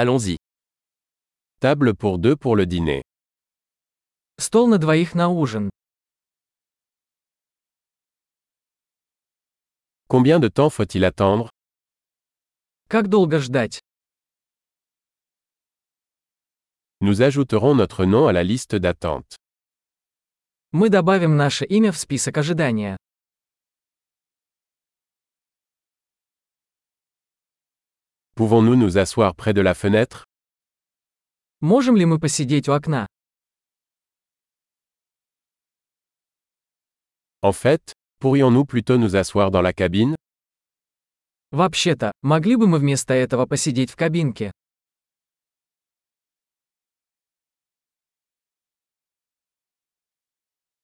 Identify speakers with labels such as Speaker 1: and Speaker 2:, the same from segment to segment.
Speaker 1: Allons-y.
Speaker 2: Table pour deux pour le dîner.
Speaker 3: Стол на двоих на ужин.
Speaker 2: Combien de temps faut-il attendre
Speaker 3: Как долго ждать?
Speaker 2: Nous ajouterons notre nom à la liste d'attente.
Speaker 3: Мы добавим наше имя в список ожидания.
Speaker 2: Pouvons-nous nous asseoir près de la fenêtre
Speaker 3: Можем ли мы посидеть у окна?
Speaker 2: En fait, pourrions-nous plutôt nous asseoir dans la cabine
Speaker 3: Вообще-то, могли бы мы вместо этого посидеть в кабинке?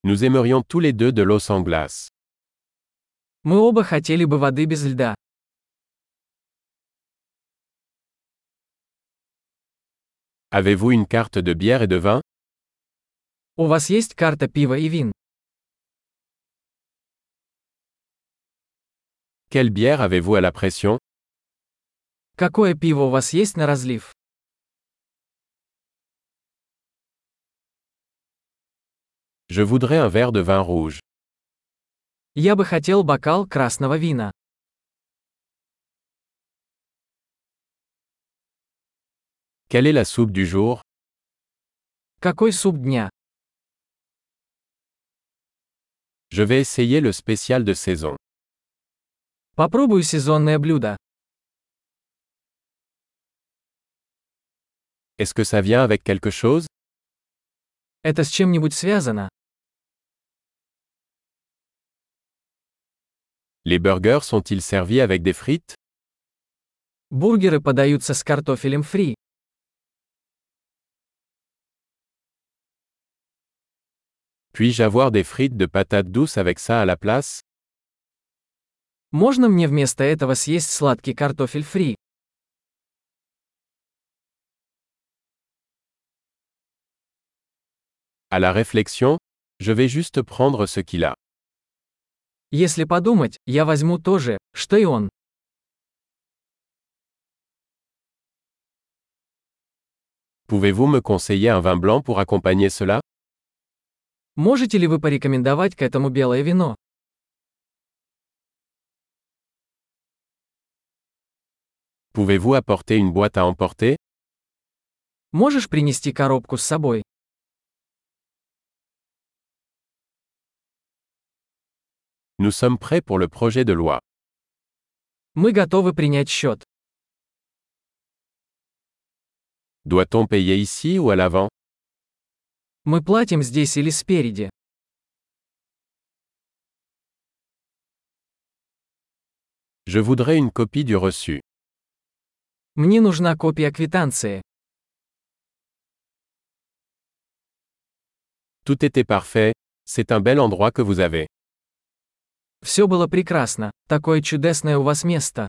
Speaker 2: Nous aimerions tous les deux de l'eau sans glace.
Speaker 3: Мы оба хотели бы воды без льда.
Speaker 2: Avez-vous une carte de bière et de vin
Speaker 3: У вас есть карта пива и вин?
Speaker 2: Quelle bière avez-vous à la pression
Speaker 3: Какое пиво у вас есть на разлив?
Speaker 2: Je voudrais un verre de vin rouge.
Speaker 3: Я бы хотел бокал красного вина.
Speaker 2: Quelle est la soupe du jour
Speaker 3: Какой суп дня?
Speaker 2: Je vais essayer le spécial de saison.
Speaker 3: Попробую сезонное блюдо.
Speaker 2: Est-ce que ça vient avec quelque chose
Speaker 3: Это с чем-нибудь связано?
Speaker 2: Les burgers sont-ils servis avec des frites
Speaker 3: Бургеры подаются с картофелем фри.
Speaker 2: Puis-je avoir des frites de patates douces avec ça à la place
Speaker 3: Можно мне вместо этого съесть сладкий картофель фри?
Speaker 2: À la réflexion, je vais juste prendre ce qu'il a.
Speaker 3: Если подумать, я возьму то же, что и он.
Speaker 2: Pouvez-vous me conseiller un vin blanc pour accompagner cela
Speaker 3: Можете ли вы порекомендовать к этому белое вино?
Speaker 2: Pouvez-vous apporter une boîte à emporter
Speaker 3: Можешь принести коробку с собой?
Speaker 2: Nous sommes prêts pour le projet de loi.
Speaker 3: Мы готовы принять счет.
Speaker 2: Doit-on payer ici ou à l'avant
Speaker 3: Мы платим здесь или спереди.
Speaker 2: Je voudrais une copie du reçu.
Speaker 3: Мне нужна копия квитанции.
Speaker 2: Tout était parfait, c'est un bel endroit que vous avez.
Speaker 3: Все было прекрасно. Такое чудесное у вас место.